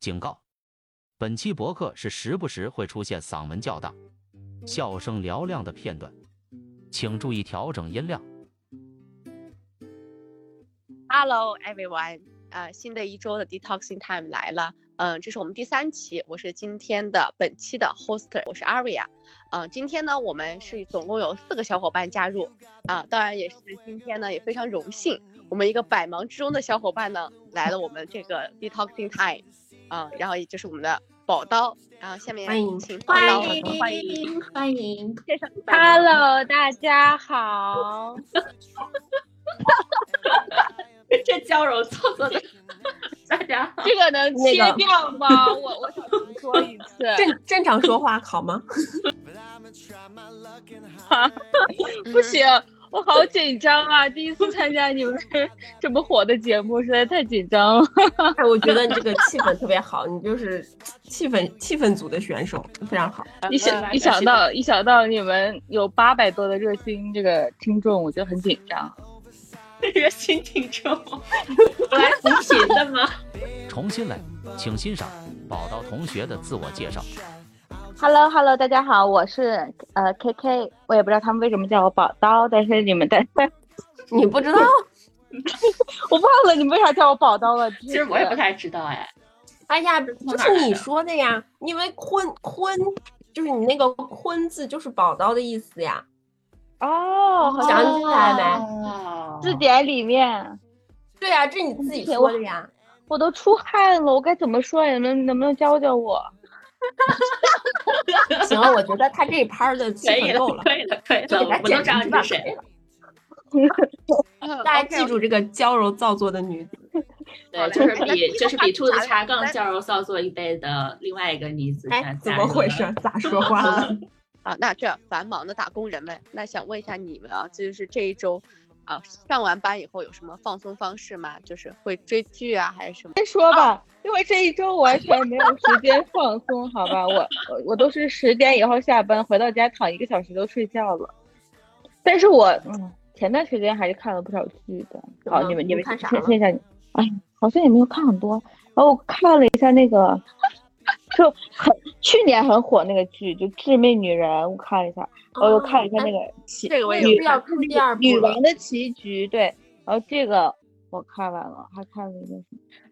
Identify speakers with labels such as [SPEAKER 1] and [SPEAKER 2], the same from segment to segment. [SPEAKER 1] 警告：本期博客是时不时会出现嗓门较大、笑声嘹亮的片段，请注意调整音量。
[SPEAKER 2] Hello everyone，呃，新的一周的 detoxing time 来了，嗯、这是我们第三期，我是今天的本期的 host，我是 Aria，嗯、今天呢，我们是总共有四个小伙伴加入，啊、当然也是今天呢也非常荣幸，我们一个百忙之中的小伙伴呢来了我们这个 detoxing time，嗯、然后也就是我们的宝刀，然后下面
[SPEAKER 3] 欢迎
[SPEAKER 2] 请宝
[SPEAKER 3] 欢
[SPEAKER 2] 刀
[SPEAKER 3] 迎
[SPEAKER 2] 欢迎
[SPEAKER 3] 欢迎，
[SPEAKER 2] 介绍一下你
[SPEAKER 4] Hello，大家好。
[SPEAKER 3] 这娇柔做作的，大家好。
[SPEAKER 4] 这个能切
[SPEAKER 3] 那个
[SPEAKER 4] 掉吗？我我想重说一次。
[SPEAKER 5] 正正常说话好吗？
[SPEAKER 4] 不行，我好紧张啊！第一次参加你们这么火的节目，实在太紧张 了。
[SPEAKER 5] 哎，我觉得你这个气氛特别好，你就是气氛气氛组的选手，非常好。
[SPEAKER 4] 一想一想到一想到你们有八百多的热心这个听众，我就很紧张。
[SPEAKER 3] 热心听众，我来扶贫的吗？
[SPEAKER 1] 重新来，请欣赏宝刀同学的自我介绍。
[SPEAKER 4] Hello Hello，大家好，我是呃 KK，我也不知道他们为什么叫我宝刀，但是你们的
[SPEAKER 5] 你不知 道？
[SPEAKER 4] 我忘了你们为啥叫我宝刀了。
[SPEAKER 3] 其实我也不太知道哎。
[SPEAKER 5] 哎呀，
[SPEAKER 3] 从
[SPEAKER 5] 就
[SPEAKER 3] 哪儿来
[SPEAKER 5] 是
[SPEAKER 3] 的
[SPEAKER 5] 你说的呀，因为坤坤就是你那个坤字就是宝刀的意思呀。
[SPEAKER 4] 哦，好像
[SPEAKER 5] 想起来没？
[SPEAKER 3] 哦
[SPEAKER 2] 嗯
[SPEAKER 4] 字典里面。
[SPEAKER 5] 对呀、这是你自己说的呀。
[SPEAKER 4] 我都出汗了，我该怎么说呀？能能不能教教我？
[SPEAKER 5] 行了，我觉得他这一拍儿 的气
[SPEAKER 3] 可
[SPEAKER 5] 氛
[SPEAKER 3] 以了
[SPEAKER 5] 够，了，
[SPEAKER 3] 可以了，可以
[SPEAKER 5] 就给
[SPEAKER 3] 了，我
[SPEAKER 5] 他
[SPEAKER 3] 我都
[SPEAKER 5] 剪辑
[SPEAKER 3] 知道你
[SPEAKER 5] 吧。
[SPEAKER 3] 是谁。
[SPEAKER 2] 哦
[SPEAKER 5] 大家记住这个娇柔造作的女子，
[SPEAKER 3] 对，就是比就是比兔子茶更娇柔造作一杯的另外一个女子。
[SPEAKER 5] 哎，怎么回事？？咋说话了？
[SPEAKER 2] 啊，那这繁忙的打工人们，那想问一下你们啊，就是这一周，啊，上完班以后有什么放松方式吗？就是会追剧啊，还是什么？
[SPEAKER 4] 先说吧，因为这一周完全没有时间放松，好吧？我我我都是十点以后下班，回到家躺一个小时就睡觉了。但是我嗯，前段时间还是看了不少剧的。
[SPEAKER 5] 怎
[SPEAKER 4] 好，
[SPEAKER 5] 么
[SPEAKER 4] 你们
[SPEAKER 5] 你
[SPEAKER 4] 们
[SPEAKER 5] 看啥
[SPEAKER 4] 先
[SPEAKER 5] 了
[SPEAKER 4] 先讲你，哎，好像也没有看很多。然后我看了一下那个，就很去年很火那个剧，就《致命女人》， 我看了一下，然后又看了一下那
[SPEAKER 5] 哎
[SPEAKER 4] 个奇
[SPEAKER 2] 这个我也
[SPEAKER 5] 你
[SPEAKER 2] 有
[SPEAKER 5] 是
[SPEAKER 2] 看。
[SPEAKER 5] 要看第二
[SPEAKER 4] 女
[SPEAKER 5] 部了
[SPEAKER 4] 王？的棋局，对，然后这个我看完了，还看了一个什么？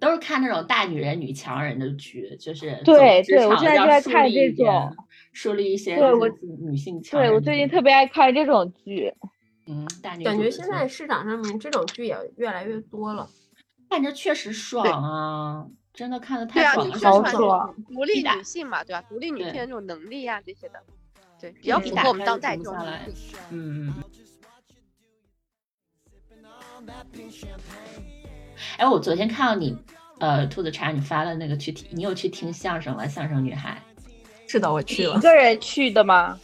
[SPEAKER 3] 都是看那种大女人、女强人的剧，就是
[SPEAKER 4] 对
[SPEAKER 3] 走职
[SPEAKER 4] 对我
[SPEAKER 3] 场
[SPEAKER 4] 现在
[SPEAKER 3] 要
[SPEAKER 4] 就在
[SPEAKER 3] 树
[SPEAKER 4] 看
[SPEAKER 3] 立
[SPEAKER 4] 这
[SPEAKER 3] 一点
[SPEAKER 4] 种，
[SPEAKER 3] 树立一些
[SPEAKER 4] 对
[SPEAKER 3] 就是
[SPEAKER 4] 我
[SPEAKER 3] 自女性强
[SPEAKER 4] 对
[SPEAKER 3] 人的
[SPEAKER 4] 我
[SPEAKER 3] 那
[SPEAKER 4] 最近
[SPEAKER 3] 种
[SPEAKER 4] 特别爱看这种剧，
[SPEAKER 3] 嗯，大女
[SPEAKER 5] 感
[SPEAKER 3] 主
[SPEAKER 5] 觉
[SPEAKER 3] 的
[SPEAKER 5] 现
[SPEAKER 3] 作
[SPEAKER 5] 在市场上面这种剧也越来越多了。
[SPEAKER 3] 看着确实爽啊，真的看的
[SPEAKER 2] 对
[SPEAKER 3] 太
[SPEAKER 2] 啊，
[SPEAKER 3] 爽
[SPEAKER 2] 你
[SPEAKER 3] 了，
[SPEAKER 2] 宣
[SPEAKER 4] 好
[SPEAKER 2] 传这
[SPEAKER 4] 爽
[SPEAKER 2] 种独立女性嘛，对吧、独立女
[SPEAKER 3] 对
[SPEAKER 2] 性的这种能力啊，这些的，对，比较
[SPEAKER 3] 嗯
[SPEAKER 2] 符
[SPEAKER 3] 打
[SPEAKER 2] 合我们
[SPEAKER 3] 开
[SPEAKER 2] 当
[SPEAKER 3] 就
[SPEAKER 2] 代
[SPEAKER 3] 停
[SPEAKER 2] 这
[SPEAKER 3] 不
[SPEAKER 2] 种
[SPEAKER 3] 下
[SPEAKER 2] 女
[SPEAKER 3] 来
[SPEAKER 2] 性。
[SPEAKER 3] 嗯嗯。嗯嗯哎，我昨天看到你，呃，兔子茶你发的那个去听，你有去听相声了，《相声女孩》。
[SPEAKER 5] 是的，我去了
[SPEAKER 4] 一。个人去的吗？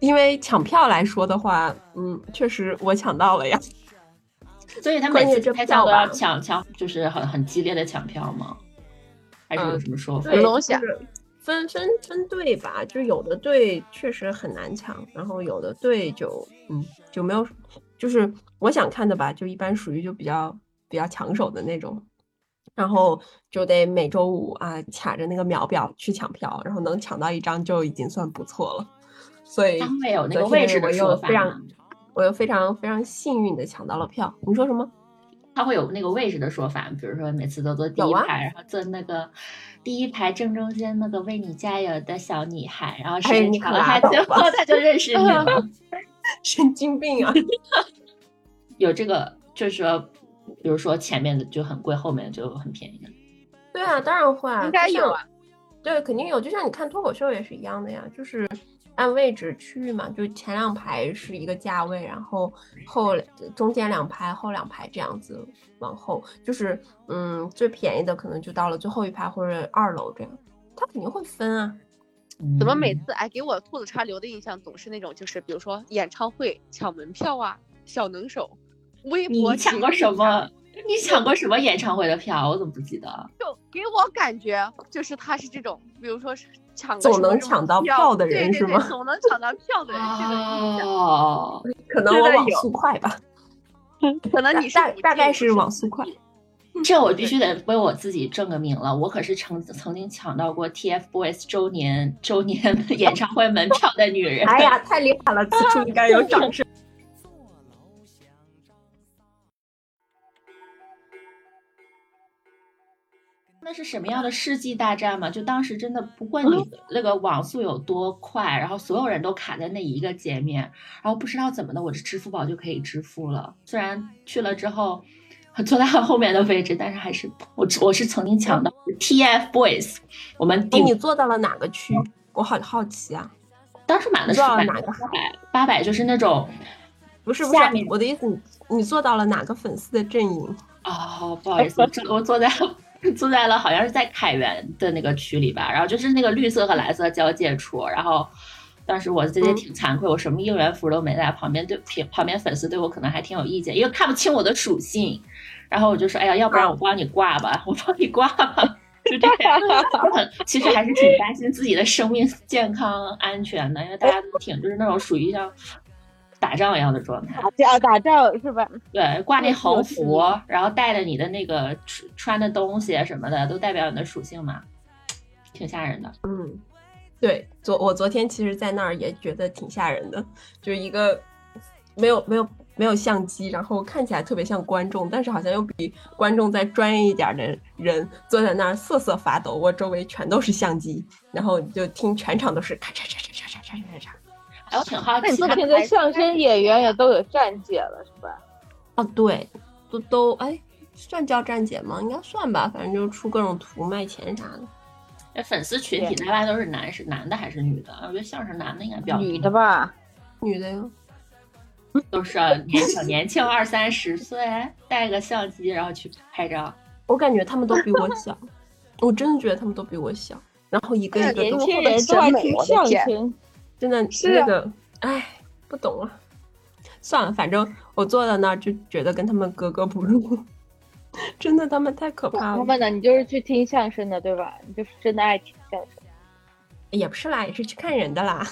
[SPEAKER 5] 因为抢票来说的话，嗯，确实我抢到了呀。
[SPEAKER 3] 所以他
[SPEAKER 5] 关
[SPEAKER 3] 每
[SPEAKER 5] 键
[SPEAKER 3] 次
[SPEAKER 5] 这
[SPEAKER 3] 开
[SPEAKER 5] 票
[SPEAKER 3] 票都要
[SPEAKER 5] 吧
[SPEAKER 3] 抢抢，就是很很激烈的抢票吗？还是有
[SPEAKER 5] 嗯
[SPEAKER 3] 什么说法？
[SPEAKER 2] 对东西啊
[SPEAKER 5] 就是分分分队吧，就有的队确实很难抢，然后有的队就嗯就没有，就是我想看的吧，就一般属于就比较比较抢手的那种，然后就得每周五啊卡着那个秒表去抢票，然后能抢到一张就已经算不错了，所以
[SPEAKER 3] 单位有那
[SPEAKER 5] 昨
[SPEAKER 3] 个位
[SPEAKER 5] 天
[SPEAKER 3] 置的
[SPEAKER 5] 我
[SPEAKER 3] 说
[SPEAKER 5] 又
[SPEAKER 3] 法
[SPEAKER 5] 非
[SPEAKER 3] 吗
[SPEAKER 5] 常我又非常非常幸运的抢到了票。你说什么？
[SPEAKER 3] 他会有那个位置的说法，比如说每次都坐第
[SPEAKER 5] 有
[SPEAKER 3] 一
[SPEAKER 5] 啊
[SPEAKER 3] 排，然后坐那个第一排正中间那个为你加油的小女孩，然后时
[SPEAKER 5] 哎
[SPEAKER 3] 间
[SPEAKER 5] 你
[SPEAKER 3] 长
[SPEAKER 5] 可
[SPEAKER 3] 了，他
[SPEAKER 5] 拉倒
[SPEAKER 3] 最后
[SPEAKER 5] 吧
[SPEAKER 3] 他就认识你了。
[SPEAKER 5] 神经病啊！
[SPEAKER 3] 有这个就是说，比如说前面的就很贵，后面的就很便宜。
[SPEAKER 5] 对啊，当然会啊，
[SPEAKER 4] 应该
[SPEAKER 5] 就
[SPEAKER 4] 有
[SPEAKER 5] 像
[SPEAKER 4] 啊。
[SPEAKER 5] 对，肯定有，就像你看脱口秀也是一样的呀，就是按位置区域嘛，就前两排是一个价位，然后后中间两排、后两排这样子往后，就是嗯，最便宜的可能就到了最后一排或者二楼这样，它肯定会分啊。
[SPEAKER 2] 怎么每
[SPEAKER 3] 嗯
[SPEAKER 2] 次哎给我兔子叉留的印象总是那种，就是比如说演唱会抢门票啊，小能手，微
[SPEAKER 3] 你
[SPEAKER 2] 博
[SPEAKER 3] 你抢
[SPEAKER 2] 集
[SPEAKER 3] 过
[SPEAKER 2] 市
[SPEAKER 3] 什
[SPEAKER 2] 抢
[SPEAKER 3] 么？你抢过什么演唱会的票？我怎么不记得？
[SPEAKER 2] 就给我感觉就是他是这种，比如说是抢个
[SPEAKER 5] 总
[SPEAKER 2] 什么
[SPEAKER 5] 能
[SPEAKER 2] 什么
[SPEAKER 5] 抢到票的人
[SPEAKER 2] 对对
[SPEAKER 5] 是
[SPEAKER 2] 对
[SPEAKER 5] 吗
[SPEAKER 2] 总能抢到票的人，这个印象
[SPEAKER 3] 哦，
[SPEAKER 5] 可能
[SPEAKER 4] 真
[SPEAKER 5] 我
[SPEAKER 4] 的
[SPEAKER 5] 网
[SPEAKER 4] 有
[SPEAKER 5] 速快吧，
[SPEAKER 2] 可能你是
[SPEAKER 5] 大
[SPEAKER 2] 你
[SPEAKER 5] 大概
[SPEAKER 2] 并不
[SPEAKER 5] 是网速快。
[SPEAKER 3] 这我必须得为我自己证个名了，我可是曾曾经抢到过 TFBOYS 周年周年 演唱会门票的女人。
[SPEAKER 5] 哎呀，太厉 害了！此处应该有掌声。
[SPEAKER 3] 那是什么样的世纪大战嘛？就当时真的不管
[SPEAKER 5] 嗯
[SPEAKER 3] 你那个网速有多快，然后所有人都卡在那一个界面，然后不知道怎么的，我这支付宝就可以支付了。虽然去了之后坐在后面的位置，但是还是我我是曾经抢到 TFBOYS 我们
[SPEAKER 5] 嗯哎，
[SPEAKER 3] 顶
[SPEAKER 5] 你做到了哪个区？我好好奇啊！
[SPEAKER 3] 当时买的
[SPEAKER 5] 你
[SPEAKER 3] 嗯
[SPEAKER 5] 知
[SPEAKER 3] 是
[SPEAKER 5] 道
[SPEAKER 3] 八
[SPEAKER 5] 哪个
[SPEAKER 3] 百，八百就是那种
[SPEAKER 5] 不是不
[SPEAKER 3] 下
[SPEAKER 5] 是
[SPEAKER 3] 面，
[SPEAKER 5] 我的意思，你你做到了哪个粉丝的阵营？
[SPEAKER 3] 哦，不好意思，我坐我坐在坐在了好像是在凯源的那个区里吧，然后就是那个绿色和蓝色交界处，然后当时我自己挺惭愧，我什么应援服都没带，旁边对旁边粉丝对我可能还挺有意见，因为看不清我的属性，然后我就说，哎呀，要不然我帮你挂吧，我帮你挂吧。就这样， 就很其实还是挺担心自己的生命健康安全的，因为大家都挺就是那种属于像打仗一样的状态。
[SPEAKER 4] 打架打仗是吧？
[SPEAKER 5] 嗯
[SPEAKER 3] 对，挂那
[SPEAKER 4] 对
[SPEAKER 3] 横
[SPEAKER 4] 是
[SPEAKER 3] 幅，然后带着你的那个穿穿的东西什么的，都代表你的属性嘛，挺吓人的。
[SPEAKER 5] 嗯，对，昨我昨天其实，在那儿也觉得挺吓人的，就是一个没有没有没有相机，然后看起来特别像观众，但是好像又比观众再专业一点儿的人坐在那儿瑟瑟发抖。我周围全都是相机，然后就听全场都是咔嚓嚓嚓嚓嚓嚓嚓嚓。
[SPEAKER 3] 哎，我挺好
[SPEAKER 2] 那你
[SPEAKER 3] 奇
[SPEAKER 2] 做
[SPEAKER 3] 他
[SPEAKER 2] 的
[SPEAKER 4] 现在相声演员也都有站姐了是吧？
[SPEAKER 5] 哦，对，都都哎，算叫站姐吗？应该算吧，反正就出各种图卖钱啥的。
[SPEAKER 3] 这粉丝群体大概都是男是男的还是女的？我觉得像是男的应该比较多
[SPEAKER 4] 女的，吧？
[SPEAKER 5] 女的哟，
[SPEAKER 3] 都是啊年小年轻 二三十岁，带个相机然后去拍照。
[SPEAKER 5] 我感觉他们都比我小，我真的觉得他们都比我小。然后一个一个
[SPEAKER 4] 哎年
[SPEAKER 5] 都
[SPEAKER 4] 轻人啊都爱听相
[SPEAKER 2] 我的
[SPEAKER 4] 声，
[SPEAKER 5] 真的
[SPEAKER 2] 是
[SPEAKER 5] 那
[SPEAKER 2] 啊
[SPEAKER 5] 个，哎，不懂了，算了，反正我坐在那儿就觉得跟他们格格不入， 真的，他们太可怕
[SPEAKER 4] 他
[SPEAKER 5] 了。
[SPEAKER 4] 们呢？你就是去听相声的对吧？你就是真的爱听相声
[SPEAKER 5] 也不是啦，也是去看人的啦，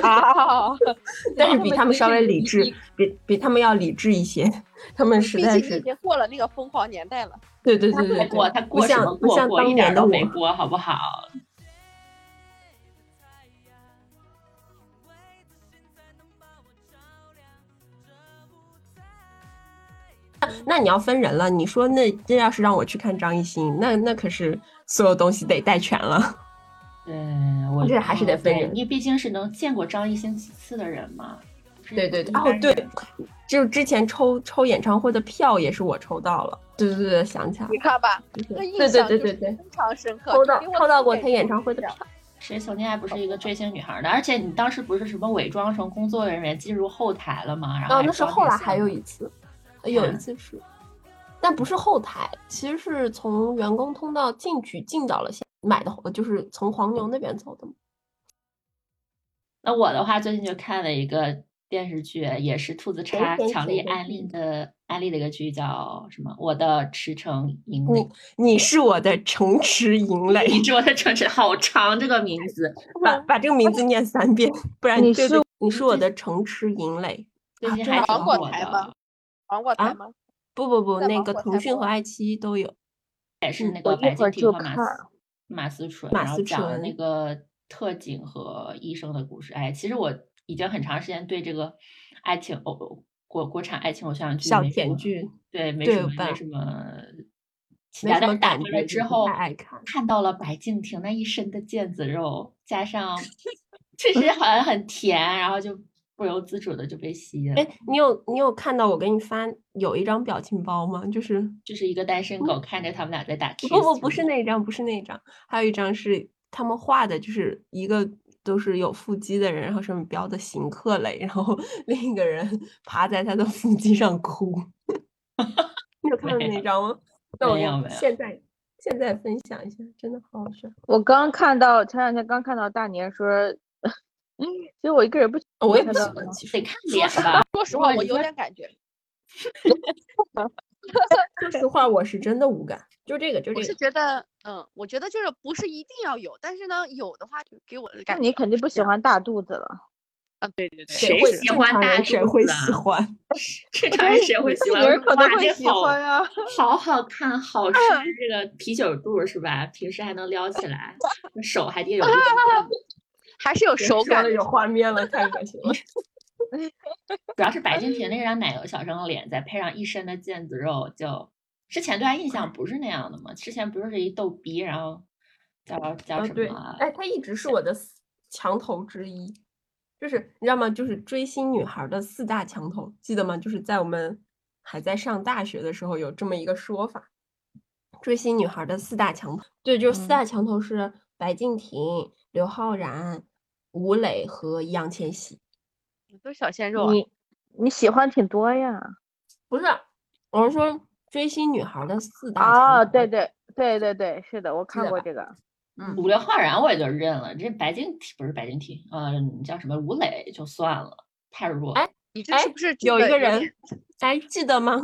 [SPEAKER 4] 啊？
[SPEAKER 5] 但是比他们稍微理智，比比他们要理智一些。他们实
[SPEAKER 2] 毕
[SPEAKER 5] 在
[SPEAKER 2] 竟你已
[SPEAKER 5] 是，
[SPEAKER 2] 经过了那个疯狂年代了。
[SPEAKER 5] 对对对
[SPEAKER 3] 他
[SPEAKER 5] 对
[SPEAKER 3] 过他
[SPEAKER 5] 对，不
[SPEAKER 3] 过什么
[SPEAKER 5] 像不
[SPEAKER 3] 过
[SPEAKER 5] 像
[SPEAKER 3] 过
[SPEAKER 5] 当
[SPEAKER 3] 一
[SPEAKER 5] 年
[SPEAKER 3] 点
[SPEAKER 5] 的
[SPEAKER 3] 都
[SPEAKER 5] 我。
[SPEAKER 3] 没过，好不好？
[SPEAKER 5] 那你要分人了，你说那这要是让我去看张艺兴，那那可是所有东西得带全 了。
[SPEAKER 3] 对，我
[SPEAKER 5] 这还是得分人
[SPEAKER 3] 你毕竟是能见过张艺兴几次的人嘛。
[SPEAKER 5] 对对对，
[SPEAKER 3] 一般
[SPEAKER 5] 哦
[SPEAKER 3] 人
[SPEAKER 5] 对，就之前抽抽演唱会的票也是我抽到了。对对对，想起来了
[SPEAKER 2] 你。看吧，这个
[SPEAKER 5] 对
[SPEAKER 2] 印
[SPEAKER 5] 对
[SPEAKER 2] 象
[SPEAKER 5] 对
[SPEAKER 2] 就是
[SPEAKER 5] 对对
[SPEAKER 2] 非常深刻，
[SPEAKER 5] 抽到
[SPEAKER 2] 就给我
[SPEAKER 5] 抽到过
[SPEAKER 2] 特
[SPEAKER 5] 他
[SPEAKER 2] 别
[SPEAKER 5] 演唱会的
[SPEAKER 2] 印
[SPEAKER 5] 票
[SPEAKER 2] 象。，
[SPEAKER 3] 谁曾经还不是一个追星女孩呢？而且你当时不是什么伪装成工作人员进入后台了吗？然后
[SPEAKER 5] 哦，
[SPEAKER 3] 还
[SPEAKER 5] 那是
[SPEAKER 3] 装
[SPEAKER 5] 后来
[SPEAKER 3] 成
[SPEAKER 5] 还有一次，有一
[SPEAKER 3] 嗯
[SPEAKER 5] 次是，但不是后台，其实是从员工通道进去进到了现买的，就是从黄牛那边走的嘛。
[SPEAKER 3] 那我的话，最近就看了一个电视剧，也是兔子叉
[SPEAKER 5] 谁谁
[SPEAKER 3] 强
[SPEAKER 5] 谁
[SPEAKER 3] 力
[SPEAKER 5] 的
[SPEAKER 3] 安利的安利的一个剧，叫什么？我的驰骋
[SPEAKER 5] 你
[SPEAKER 3] 营垒，
[SPEAKER 5] 你是我的城池营垒，
[SPEAKER 3] 你知道我的城市好长这个名字。
[SPEAKER 5] 把把这个名字念三遍，不然
[SPEAKER 4] 你
[SPEAKER 5] 对
[SPEAKER 4] 是
[SPEAKER 5] 对你是我的城池营垒。
[SPEAKER 3] 最
[SPEAKER 5] 啊
[SPEAKER 3] 近
[SPEAKER 5] 这
[SPEAKER 3] 还
[SPEAKER 5] 个
[SPEAKER 3] 挺
[SPEAKER 2] 芒果
[SPEAKER 3] 火
[SPEAKER 2] 台
[SPEAKER 3] 的
[SPEAKER 2] 吗？芒果
[SPEAKER 5] 啊
[SPEAKER 2] 台吗？
[SPEAKER 5] 不不不，
[SPEAKER 2] 在
[SPEAKER 5] 那
[SPEAKER 2] 芒
[SPEAKER 5] 个
[SPEAKER 2] 果
[SPEAKER 5] 腾
[SPEAKER 2] 台
[SPEAKER 5] 讯和
[SPEAKER 2] 播
[SPEAKER 5] 爱奇艺都有。
[SPEAKER 3] 也是
[SPEAKER 5] 嗯
[SPEAKER 3] 那
[SPEAKER 4] 我
[SPEAKER 3] 个
[SPEAKER 4] 一会
[SPEAKER 3] 白敬
[SPEAKER 4] 儿
[SPEAKER 3] 亭
[SPEAKER 4] 就
[SPEAKER 3] 和马
[SPEAKER 4] 看
[SPEAKER 3] 思马思纯，
[SPEAKER 5] 马
[SPEAKER 3] 然后
[SPEAKER 5] 思
[SPEAKER 3] 讲了
[SPEAKER 5] 纯
[SPEAKER 3] 那个特警和医生的故事。哎，其实我已经很长时间对这个爱情偶、国国产爱情偶像剧
[SPEAKER 5] 小
[SPEAKER 3] 没什
[SPEAKER 5] 甜
[SPEAKER 3] 么
[SPEAKER 5] 剧，
[SPEAKER 3] 对，没
[SPEAKER 5] 对
[SPEAKER 3] 什么
[SPEAKER 5] 吧
[SPEAKER 3] 没什么期
[SPEAKER 5] 没
[SPEAKER 3] 待，
[SPEAKER 5] 什
[SPEAKER 3] 但
[SPEAKER 5] 么
[SPEAKER 3] 是打
[SPEAKER 5] 感
[SPEAKER 3] 开
[SPEAKER 5] 觉
[SPEAKER 3] 了
[SPEAKER 5] 就
[SPEAKER 3] 之
[SPEAKER 5] 不
[SPEAKER 3] 后
[SPEAKER 5] 太爱看
[SPEAKER 3] 看到了白敬亭那一身的腱子肉，加上确实好像很甜，然后就不由自主的就被吸引了。
[SPEAKER 5] 哎，你有你有看到我给你发有一张表情包吗？就是
[SPEAKER 3] 就是一个单身狗看着他们俩在打 kiss，
[SPEAKER 5] 不不不是那一张，不是那一张，还有一张是他们画的，就是一个都是有腹肌的人，然后上面标的行客类，然后 另一个人 趴在他的腹肌上哭。 你有看到
[SPEAKER 3] 没
[SPEAKER 5] 那
[SPEAKER 3] 有
[SPEAKER 5] 张吗？那我
[SPEAKER 3] 没
[SPEAKER 5] 给
[SPEAKER 3] 有
[SPEAKER 5] 你
[SPEAKER 3] 没有
[SPEAKER 5] 现在现在分享一下，真的好好笑。
[SPEAKER 4] 我刚看到前两天刚看到大年说， 其实我一个人不喜
[SPEAKER 5] 我也
[SPEAKER 4] 看
[SPEAKER 5] 不喜
[SPEAKER 4] 到
[SPEAKER 5] 欢，其
[SPEAKER 3] 得
[SPEAKER 5] 实
[SPEAKER 3] 看脸吧。
[SPEAKER 2] 说实
[SPEAKER 3] 如
[SPEAKER 2] 话，
[SPEAKER 3] 果
[SPEAKER 2] 我
[SPEAKER 3] 你
[SPEAKER 2] 有
[SPEAKER 3] 说
[SPEAKER 2] 点感觉，
[SPEAKER 5] 说实话，我是真的无感。就这个，就
[SPEAKER 2] 我
[SPEAKER 5] 这
[SPEAKER 2] 是
[SPEAKER 5] 个，
[SPEAKER 2] 觉得，嗯，我觉得就是不是一定要有，但是呢，有的话就给我的
[SPEAKER 4] 那
[SPEAKER 2] 感觉，
[SPEAKER 4] 你肯定不喜欢大肚子了。
[SPEAKER 2] 啊，对对对，
[SPEAKER 3] 谁
[SPEAKER 5] 会
[SPEAKER 3] 喜欢
[SPEAKER 5] 正常
[SPEAKER 3] 大
[SPEAKER 5] 人
[SPEAKER 3] 肚
[SPEAKER 5] 谁会
[SPEAKER 3] 子啊
[SPEAKER 5] 喜 欢？
[SPEAKER 3] 正常人谁会喜 欢？
[SPEAKER 2] 有人可能
[SPEAKER 3] 哇
[SPEAKER 2] 会
[SPEAKER 3] 这
[SPEAKER 2] 喜
[SPEAKER 3] 好
[SPEAKER 2] 欢嗯啊。
[SPEAKER 3] 好好看，好吃，这个啤酒肚是吧？平时还能撩起来，手还得有 力
[SPEAKER 2] 还是有
[SPEAKER 5] 别
[SPEAKER 2] 手
[SPEAKER 5] 说
[SPEAKER 2] 感
[SPEAKER 5] 了
[SPEAKER 2] 的。
[SPEAKER 5] 有画面了，太恶 心了。
[SPEAKER 3] 主要是白敬亭那张奶油小生脸，再配上一身的腱子肉，就之前对他印象不是那样的嘛？之前不是是一逗逼，然后叫叫
[SPEAKER 2] 嗯
[SPEAKER 5] 啊，
[SPEAKER 3] 什
[SPEAKER 5] 对
[SPEAKER 3] 么啊？，
[SPEAKER 5] 哎，他一直是我的四墙头之一，就是你知道吗？就是追星女孩儿的四大墙头，记得吗？就是在我们还在上大学的时候有这么一个说法，追星女孩儿的四大墙头，对，就是四大墙头是白敬亭、刘昊然、吴磊和易烊千玺。
[SPEAKER 2] 都是小鲜肉啊，
[SPEAKER 4] 你你喜欢挺多呀。
[SPEAKER 5] 不是，我是说追星女孩儿的四大
[SPEAKER 4] 啊，
[SPEAKER 5] 墙头
[SPEAKER 4] 对，对对对对，是的，我看
[SPEAKER 5] 得
[SPEAKER 4] 过
[SPEAKER 5] 吧
[SPEAKER 4] 这个。嗯
[SPEAKER 3] 五六浩然我也就认了，这白敬亭不是白敬亭，嗯，叫什么吴磊就算了，太弱。
[SPEAKER 5] 哎
[SPEAKER 2] 你这是不是
[SPEAKER 5] 有一个人
[SPEAKER 2] 点？
[SPEAKER 5] 哎，记得吗？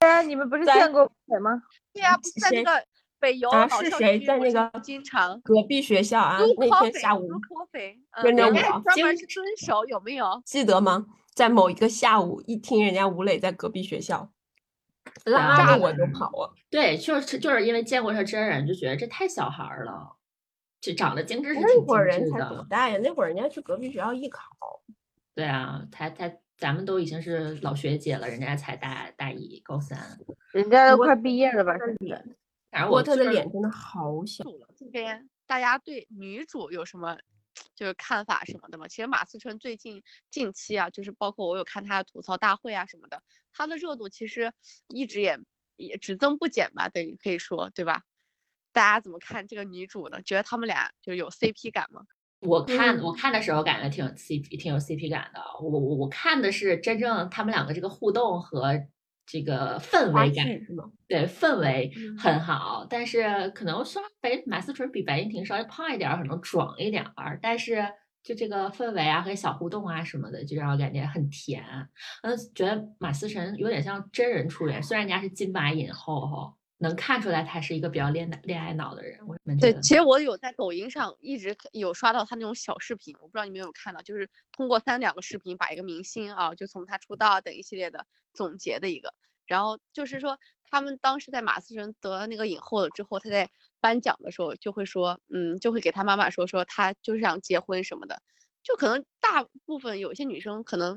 [SPEAKER 4] 哎，你们不是
[SPEAKER 5] 在
[SPEAKER 4] 见过谁吗？
[SPEAKER 2] 对呀，不是在那
[SPEAKER 5] 谁
[SPEAKER 2] 个北邮
[SPEAKER 5] 啊
[SPEAKER 2] 老
[SPEAKER 5] 是
[SPEAKER 2] 校
[SPEAKER 5] 谁
[SPEAKER 2] 区
[SPEAKER 5] 在
[SPEAKER 2] 我
[SPEAKER 5] 那
[SPEAKER 2] 是
[SPEAKER 5] 个
[SPEAKER 2] 经常
[SPEAKER 5] 隔壁学校啊，
[SPEAKER 2] Blue
[SPEAKER 5] 那天
[SPEAKER 2] Coffee，
[SPEAKER 5] 下午
[SPEAKER 2] Blue Coffee，嗯
[SPEAKER 5] 跟着
[SPEAKER 2] 人家
[SPEAKER 5] 我啊
[SPEAKER 2] 专门
[SPEAKER 5] 经
[SPEAKER 2] 去蹲守，有没有？
[SPEAKER 5] 记得吗？在某一个下午，一听人家吴磊在隔壁学校，
[SPEAKER 3] 炸
[SPEAKER 5] 拉着我
[SPEAKER 3] 了
[SPEAKER 5] 就跑啊！
[SPEAKER 3] 对，就是就是因为见过他真人，就觉得这太小孩儿了，这长得精致是挺
[SPEAKER 5] 那会儿哎
[SPEAKER 3] 精
[SPEAKER 5] 人
[SPEAKER 3] 致
[SPEAKER 5] 才多
[SPEAKER 3] 的。
[SPEAKER 5] 大呀？那会儿人家去隔壁学校艺考，
[SPEAKER 3] 对啊，他他咱们都已经是老学姐了，人家才大大一高三。
[SPEAKER 4] 人家
[SPEAKER 5] 不
[SPEAKER 4] 都
[SPEAKER 5] 过
[SPEAKER 4] 快毕业了吧？现在
[SPEAKER 3] 反正
[SPEAKER 5] 不过
[SPEAKER 3] 我
[SPEAKER 5] 他
[SPEAKER 3] 就
[SPEAKER 5] 的
[SPEAKER 3] 是
[SPEAKER 5] 脸真的好小。
[SPEAKER 2] 这边大家对女主有什么就是看法什么的吗？其实马思纯最近近期啊，就是包括我有看她的吐槽大会啊什么的，她的热度其实一直也也只增不减吧，等于可以说对吧？大家怎么看这个女主呢？觉得他们俩就有 CP 感吗？
[SPEAKER 5] 嗯
[SPEAKER 3] 我看我看的时候感觉挺有 CP 挺有 CP 感的，我我我看的是真正他们两个这个互动和这个氛
[SPEAKER 5] 花
[SPEAKER 3] 围感，
[SPEAKER 5] 絮是吗？
[SPEAKER 3] 对氛围
[SPEAKER 2] 嗯
[SPEAKER 3] 很好，但是可能稍微马思纯比白敬亭稍微胖一点儿，可能壮一点儿，但是就这个氛围啊和小互动啊什么的，就让我感觉很甜。嗯，觉得马思纯有点像真人出演，虽然人家是金马影后哈，能看出来她是一个比较恋恋爱脑的人。我们觉
[SPEAKER 2] 对，
[SPEAKER 3] 得
[SPEAKER 2] 其实我有在抖音上一直有刷到他那种小视频，我不知道你们有没有看到，就是通过三两个视频把一个明星啊，就从他出道啊等一系列的总结的一个。然后就是说，他们当时在马思纯得了那个影后了之后，他在颁奖的时候就会说，嗯，就会给他妈妈说说他就是想结婚什么的。就可能大部分有些女生可能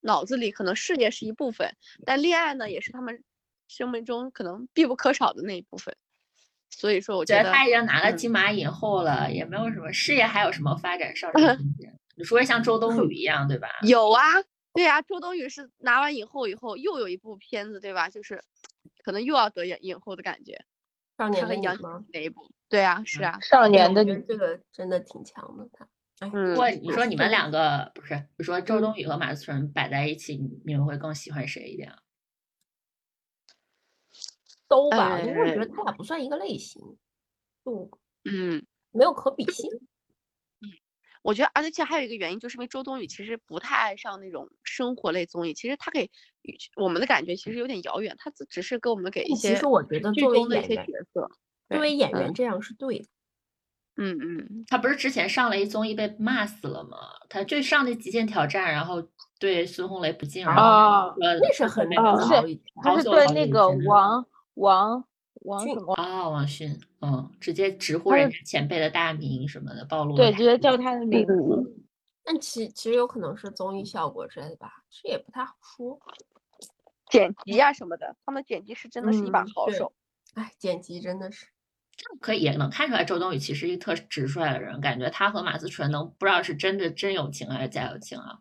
[SPEAKER 2] 脑子里可能事业是一部分，但恋爱呢也是她们生命中可能必不可少的那一部分。所以说，我
[SPEAKER 3] 觉
[SPEAKER 2] 觉
[SPEAKER 3] 得
[SPEAKER 2] 得
[SPEAKER 3] 她已经拿了
[SPEAKER 2] 嗯
[SPEAKER 3] 金马影后了，也没有什么事业，还有什么发展上升空 间？除非像周冬雨一样，对吧？
[SPEAKER 2] 有啊，对啊，周冬雨是拿完影后以后又有一部片子，对吧？就是可能又要得影影后的感觉。她
[SPEAKER 5] 少年
[SPEAKER 2] 和
[SPEAKER 5] 的你
[SPEAKER 2] 杨
[SPEAKER 5] 吗？
[SPEAKER 2] 哪一部？对啊，是啊，
[SPEAKER 4] 少
[SPEAKER 5] 哎
[SPEAKER 4] 年
[SPEAKER 5] 我
[SPEAKER 4] 的
[SPEAKER 5] 觉
[SPEAKER 4] 你
[SPEAKER 5] 得这个真的挺强的，他。哎，
[SPEAKER 2] 嗯
[SPEAKER 3] 不过你说你们
[SPEAKER 5] 俩。
[SPEAKER 3] 两个不是，你说周冬雨和马思纯摆在一起，你们会更喜欢谁一点啊？
[SPEAKER 5] 都吧，因为我
[SPEAKER 3] 哎
[SPEAKER 5] 觉
[SPEAKER 2] 呃
[SPEAKER 5] 得他俩不算一个类型，就
[SPEAKER 2] 嗯，
[SPEAKER 5] 没有可比性。
[SPEAKER 2] 我觉得，而且还有一个原因，就是因为周冬雨其实不太爱上那种生活类综艺，其实她给与我们的感觉其实有点遥远，她只只是给我们给一
[SPEAKER 5] 其
[SPEAKER 2] 些
[SPEAKER 5] 实我觉得
[SPEAKER 2] 剧
[SPEAKER 5] 作为
[SPEAKER 2] 中的一
[SPEAKER 5] 演
[SPEAKER 2] 些
[SPEAKER 5] 员
[SPEAKER 2] 角，色。
[SPEAKER 5] 作
[SPEAKER 2] 对
[SPEAKER 5] 为演
[SPEAKER 2] 嗯
[SPEAKER 5] 员这样是对的。
[SPEAKER 2] 嗯嗯，
[SPEAKER 3] 她不是之前上了一综艺被骂死了吗？她就上那《极限挑战》，然后对孙红雷不敬，然后
[SPEAKER 4] 哦
[SPEAKER 3] 说
[SPEAKER 5] 那是很
[SPEAKER 3] 被
[SPEAKER 4] 哦
[SPEAKER 3] 骂
[SPEAKER 4] 是
[SPEAKER 3] 好几
[SPEAKER 4] 他
[SPEAKER 3] 好
[SPEAKER 4] 是
[SPEAKER 3] 久
[SPEAKER 4] 对
[SPEAKER 3] 好
[SPEAKER 4] 那
[SPEAKER 3] 久以
[SPEAKER 4] 个
[SPEAKER 3] 前了
[SPEAKER 4] 王王王
[SPEAKER 5] 俊
[SPEAKER 4] 什么？
[SPEAKER 3] 啊、王迅，嗯，直接直呼
[SPEAKER 4] 他
[SPEAKER 3] 人
[SPEAKER 4] 是
[SPEAKER 3] 家前辈的大名什么的，暴露了
[SPEAKER 4] 对，
[SPEAKER 3] 他
[SPEAKER 4] 直接叫他的名字。
[SPEAKER 5] 但其其实有可能是综艺效果之类的吧，这也不太好说。
[SPEAKER 2] 剪辑啊什么的，他们剪辑师真的是一把
[SPEAKER 5] 嗯
[SPEAKER 2] 好
[SPEAKER 5] 对
[SPEAKER 2] 手。
[SPEAKER 5] 哎，剪辑真的是，
[SPEAKER 3] 可以也能看出来，周冬雨其实一特直率的人，感觉她和马思纯能不知道是真的真友情还是假友情啊？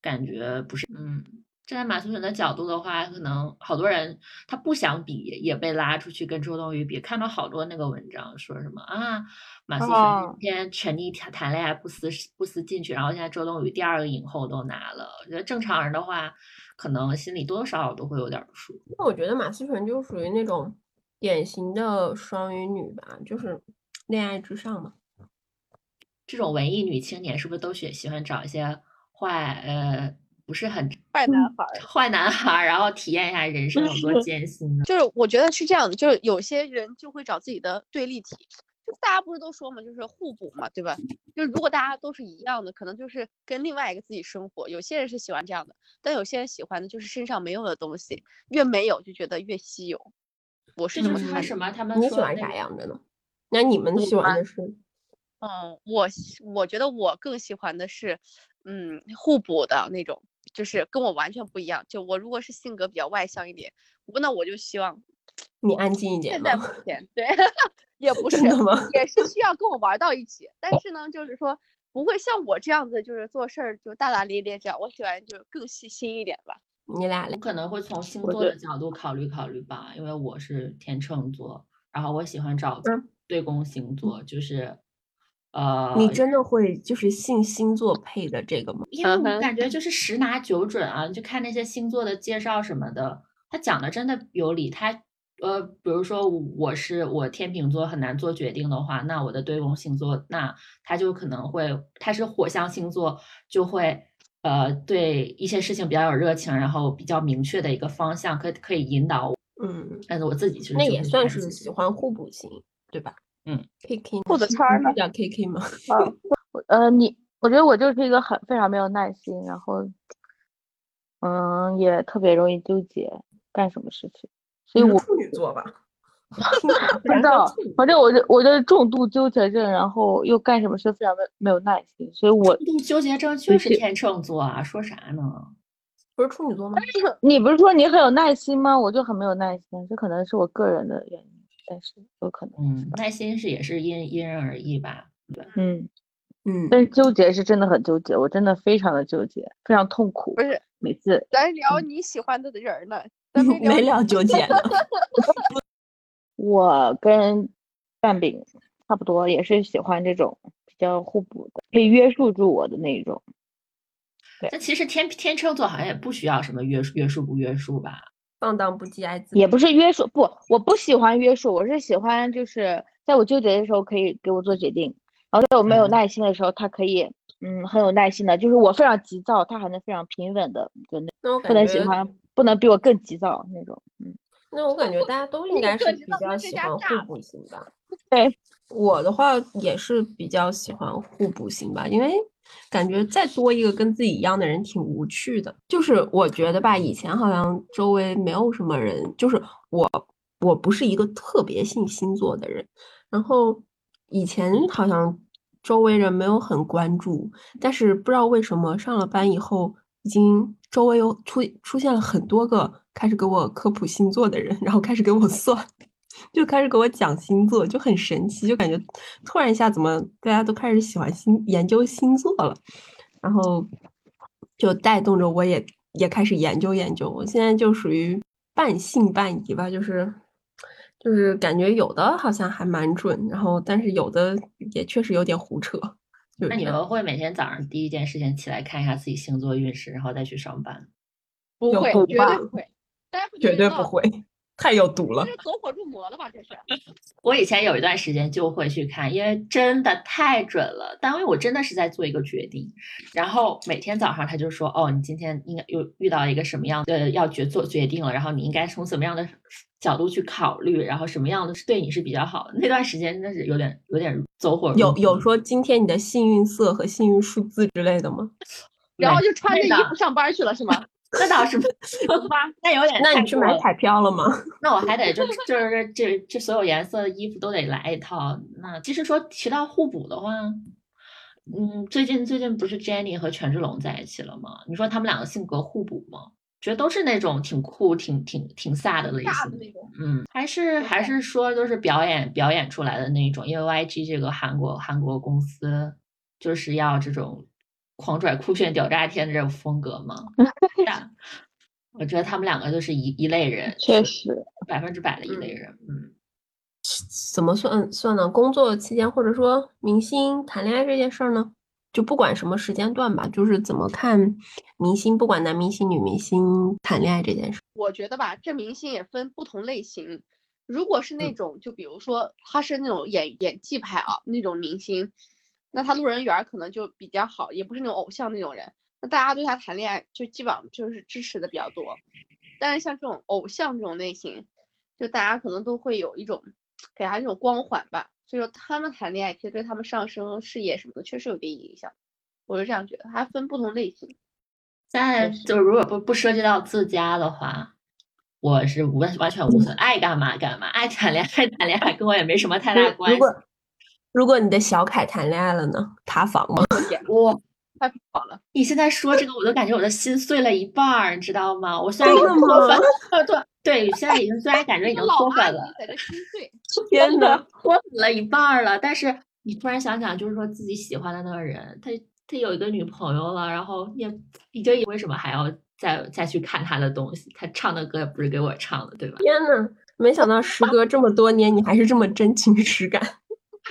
[SPEAKER 3] 感觉不是，嗯，站在马思纯的角度的话，可能好多人他不想比，也被拉出去跟周冬雨比。看到好多那个文章说什么啊，马思纯
[SPEAKER 4] 哦
[SPEAKER 3] 今天沉溺谈谈恋爱不思不思进取，然后现在周冬雨第二个影后都拿了。我觉得正常人的话，可能心里多多少少都会有点儿不舒服。
[SPEAKER 5] 那我觉得马思纯就属于那种典型的双鱼女吧，就是恋爱至上嘛。
[SPEAKER 3] 这种文艺女青年是不是都喜喜欢找一些坏呃不是很
[SPEAKER 2] 坏男孩儿，
[SPEAKER 3] 坏男孩儿，然后体验一下 人生有多艰辛呢？
[SPEAKER 2] 就是我觉得是这样的，就是有些人就会找自己的对立体，就大家不是都说嘛，就是互补嘛，对吧？就是如果大家都是一样的，可能就是跟另外一个自己生活。有些人是喜欢这样的，但有些人喜欢的就是身上没有的东西，越没有就觉得越稀有。我是
[SPEAKER 3] 这
[SPEAKER 2] 这
[SPEAKER 3] 就
[SPEAKER 2] 么
[SPEAKER 3] 是
[SPEAKER 2] 看
[SPEAKER 3] 为
[SPEAKER 2] 的。
[SPEAKER 3] 什么他们
[SPEAKER 5] 你喜
[SPEAKER 3] 说
[SPEAKER 5] 欢
[SPEAKER 3] 那
[SPEAKER 5] 啥
[SPEAKER 3] 个
[SPEAKER 5] 样的呢？那你们
[SPEAKER 2] 我
[SPEAKER 5] 喜欢
[SPEAKER 2] 吗
[SPEAKER 5] 的是
[SPEAKER 2] 嗯，我喜我觉得我更喜欢的是，嗯，互补的那种，就是跟我完全不一样。就我如果是性格比较外向一点，我那我就希望
[SPEAKER 5] 你安静一点
[SPEAKER 2] 现在目
[SPEAKER 5] 吗？
[SPEAKER 2] 前对， 也不是
[SPEAKER 5] 真的吗？
[SPEAKER 2] 也是需要跟我玩到一起，但是呢，就是说不会像我这样子，就是做事儿就大大咧咧这样。我喜欢就更细心一点吧。
[SPEAKER 5] 你俩
[SPEAKER 3] 我可能会从星
[SPEAKER 5] 我
[SPEAKER 3] 座
[SPEAKER 5] 觉
[SPEAKER 3] 的角度考虑考虑吧，因为我是天秤座，然后我喜欢找
[SPEAKER 5] 嗯
[SPEAKER 3] 对宫星座，就是呃，
[SPEAKER 5] 你真的会就是信星座配的这个吗？
[SPEAKER 3] 因为我
[SPEAKER 2] 嗯哼
[SPEAKER 3] 感觉就是十拿九准啊，你就看那些星座的介绍什么的，他讲的真的有理。他呃，比如说我是我天秤座很难做决定的话，那我的对宫星座，那他就可能会他是火象星座，就会呃对一些事情比较有热情，然后比较明确的一个方向，可可以引导我。
[SPEAKER 5] 嗯，
[SPEAKER 3] 但是我自己其实
[SPEAKER 5] 那
[SPEAKER 3] 就
[SPEAKER 5] 也
[SPEAKER 3] 会
[SPEAKER 5] 算
[SPEAKER 3] 蛮
[SPEAKER 5] 是
[SPEAKER 3] 喜
[SPEAKER 5] 喜欢互补型，对吧？
[SPEAKER 3] 嗯
[SPEAKER 5] ，K K
[SPEAKER 4] 裤子穿儿呢
[SPEAKER 5] 叫 K K 吗？
[SPEAKER 4] 我呃，你我觉得我就是一个很非常没有耐心，然后嗯，也特别容易纠结干什么事情，所以
[SPEAKER 5] 你是
[SPEAKER 4] 我
[SPEAKER 5] 处女座吧？
[SPEAKER 4] 不知道，反正我这我这重度纠结症，然后又干什么事非常没没有耐心，所以我
[SPEAKER 3] 欢。度纠结症就是
[SPEAKER 4] 是
[SPEAKER 3] 天秤座啊，说啥呢？
[SPEAKER 5] 不是处女座吗？
[SPEAKER 4] 你不是说你很有耐心吗？我就很没有耐心，这可能是我个人的原因，但是有可能，
[SPEAKER 3] 嗯，耐心是也是因因人而异吧。
[SPEAKER 4] 嗯，
[SPEAKER 5] 嗯，
[SPEAKER 4] 但是纠结是真的很纠结，我真的非常的纠结，非常痛苦
[SPEAKER 2] 不，是，
[SPEAKER 4] 每次
[SPEAKER 2] 咱聊你喜欢的人儿呢， 咱嗯没聊
[SPEAKER 5] 没聊纠结呢。
[SPEAKER 4] 我跟蛋饼差不多，也是喜欢这种比较互补的，可以约束住我的那种。对
[SPEAKER 3] 但其实天天秤座好像也不需要什么约束约束不约束吧？
[SPEAKER 5] 放荡不羁，爱自
[SPEAKER 4] 也
[SPEAKER 5] 由
[SPEAKER 4] 不是约束，不，我不喜欢约束，我是喜欢就是在我纠结的时候可以给我做决定，然后在我没有
[SPEAKER 3] 嗯
[SPEAKER 4] 耐心的时候，他可以，嗯，很有耐心的，就是我非常急躁，他还能非常平稳的，就那
[SPEAKER 5] 那我
[SPEAKER 4] 不
[SPEAKER 5] 感
[SPEAKER 4] 能喜
[SPEAKER 5] 觉，
[SPEAKER 4] 欢，不能比我更急躁那种，嗯，
[SPEAKER 5] 那我感觉大家都应
[SPEAKER 2] 你
[SPEAKER 5] 该
[SPEAKER 2] 可
[SPEAKER 5] 是
[SPEAKER 2] 知
[SPEAKER 5] 比
[SPEAKER 2] 道
[SPEAKER 5] 较
[SPEAKER 2] 那是
[SPEAKER 5] 喜
[SPEAKER 2] 家
[SPEAKER 5] 欢
[SPEAKER 2] 诈
[SPEAKER 5] 互补型吧。
[SPEAKER 4] 对，
[SPEAKER 5] 我的话也是比较喜欢互补型吧，因为感觉再多一个跟自己一样的人挺无趣的。就是我觉得吧，以前好像周围没有什么人，就是我我不是一个特别信星座的人，然后以前好像周围人没有很关注，但是不知道为什么上了班以后，已经周围有出出现了很多个开始给我科普星座的人，然后开始给我 算，就开始给我讲星座，就很神奇，就感觉突然一下怎么大家都开始喜欢星研究星座了，然后就带动着我也也开始研究研究。我现在就属于半信半疑吧，就是。就是感觉有的好像还蛮准，然后但是有的也确实有点胡扯。就
[SPEAKER 3] 那
[SPEAKER 5] 这
[SPEAKER 3] 你
[SPEAKER 5] 样
[SPEAKER 3] 们会每天早上第一件事情起来看一下自己星座运势，然后再去上班？
[SPEAKER 2] 不
[SPEAKER 5] 有嗯
[SPEAKER 2] 会，
[SPEAKER 5] 毒
[SPEAKER 2] 绝
[SPEAKER 5] 吧
[SPEAKER 2] 对不会，大家会觉得
[SPEAKER 5] 绝对
[SPEAKER 2] 闹
[SPEAKER 5] 不，会，太有毒了
[SPEAKER 2] 这。是走火入魔了吧？这是。
[SPEAKER 3] 我以前有一段时间就会去看，因为真的太准了。但因为我真的是在做一个决定，然后每天早上他就说：“哦，你今天应该又遇到一个什么样的要决做决定了，然后你应该从什么样的角度去考虑，然后什么样的是对你是比较好的。”那段时间真的是有点有点走火入
[SPEAKER 5] 嗯有有
[SPEAKER 3] 魔
[SPEAKER 5] 说今天你的幸运色和幸运数字之类的吗？
[SPEAKER 2] 然后
[SPEAKER 3] 没
[SPEAKER 2] 就穿着
[SPEAKER 3] 那
[SPEAKER 2] 衣
[SPEAKER 3] 个
[SPEAKER 2] 服上班去了是吗？
[SPEAKER 3] 那 倒是不那有点
[SPEAKER 5] 那
[SPEAKER 3] 太
[SPEAKER 5] 你去
[SPEAKER 3] 过
[SPEAKER 5] 买
[SPEAKER 3] 了
[SPEAKER 5] 彩票了吗？
[SPEAKER 3] 那我还得就就是这这所有颜色的衣服都得来一套。那其实说提到互补的话，嗯，最近最近不是 Jenny 和权志龙在一起了吗？你说他们两个性格互补吗？觉得都是那种挺酷、挺挺挺飒的类
[SPEAKER 2] 大的
[SPEAKER 3] 型。
[SPEAKER 2] 那种。
[SPEAKER 3] 嗯，还是还是说就是表演表演出来的那种，因为 YG 这个韩国韩国公司就是要这种狂拽酷炫屌炸天的这种风格 嘛。对啊我觉得他们两个就是一一类人，
[SPEAKER 2] 嗯
[SPEAKER 4] 确实，
[SPEAKER 3] 百分之百的一类
[SPEAKER 5] 嗯
[SPEAKER 3] 人。嗯，
[SPEAKER 5] 怎么算算呢？工作期间或者说明星谈恋爱这件事儿呢？就不管什么时间段吧，就是怎么看明星，不管男明星、女明星谈恋爱这件事。
[SPEAKER 2] 我觉得吧，这明星也分不同类型。如果是那种，就比如说他是那种演演技派啊那种明星，那他路人缘儿可能就比较好，也不是那种偶像那种人，那大家对他谈恋爱就基本上就是支持的比较多。但是像这种偶像这种类型，就大家可能都会有一种给他这种光环吧，所以说他们谈恋爱其实对他们上升视野什么的确实有点影响，我是这样觉得，还分不同类型。
[SPEAKER 3] 在就如果不不涉及到自家的话，我是完完全无
[SPEAKER 5] 嗯
[SPEAKER 3] 所谓，爱干嘛干嘛，爱谈恋爱 谈恋爱，跟我也没什么太大关
[SPEAKER 5] 如
[SPEAKER 3] 系。
[SPEAKER 5] 果如果你的小凯谈恋爱了呢？塌房 吗？
[SPEAKER 3] 我
[SPEAKER 2] 太不好了，
[SPEAKER 3] 你现在说这个，我都感觉我的心碎了一半儿，你知道吗？我虽然已
[SPEAKER 5] 真
[SPEAKER 3] 经
[SPEAKER 5] 的
[SPEAKER 3] 脱
[SPEAKER 5] 吗
[SPEAKER 3] 粉，呃对对，现在已经虽然感觉已经
[SPEAKER 2] 老
[SPEAKER 3] 脱
[SPEAKER 2] 阿
[SPEAKER 3] 粉
[SPEAKER 2] 姨
[SPEAKER 3] 了，
[SPEAKER 2] 在这心碎，
[SPEAKER 5] 天哪！
[SPEAKER 3] 脱粉了一半儿了，但是你突然想想，就是说自己喜欢的那个人，他他有一个女朋友了，然后也你就为什么还要再再去看他的东西？他唱的歌也不是给我唱的，对吧？
[SPEAKER 5] 天哪！没想到时隔这么多年，你还是这么真情实感。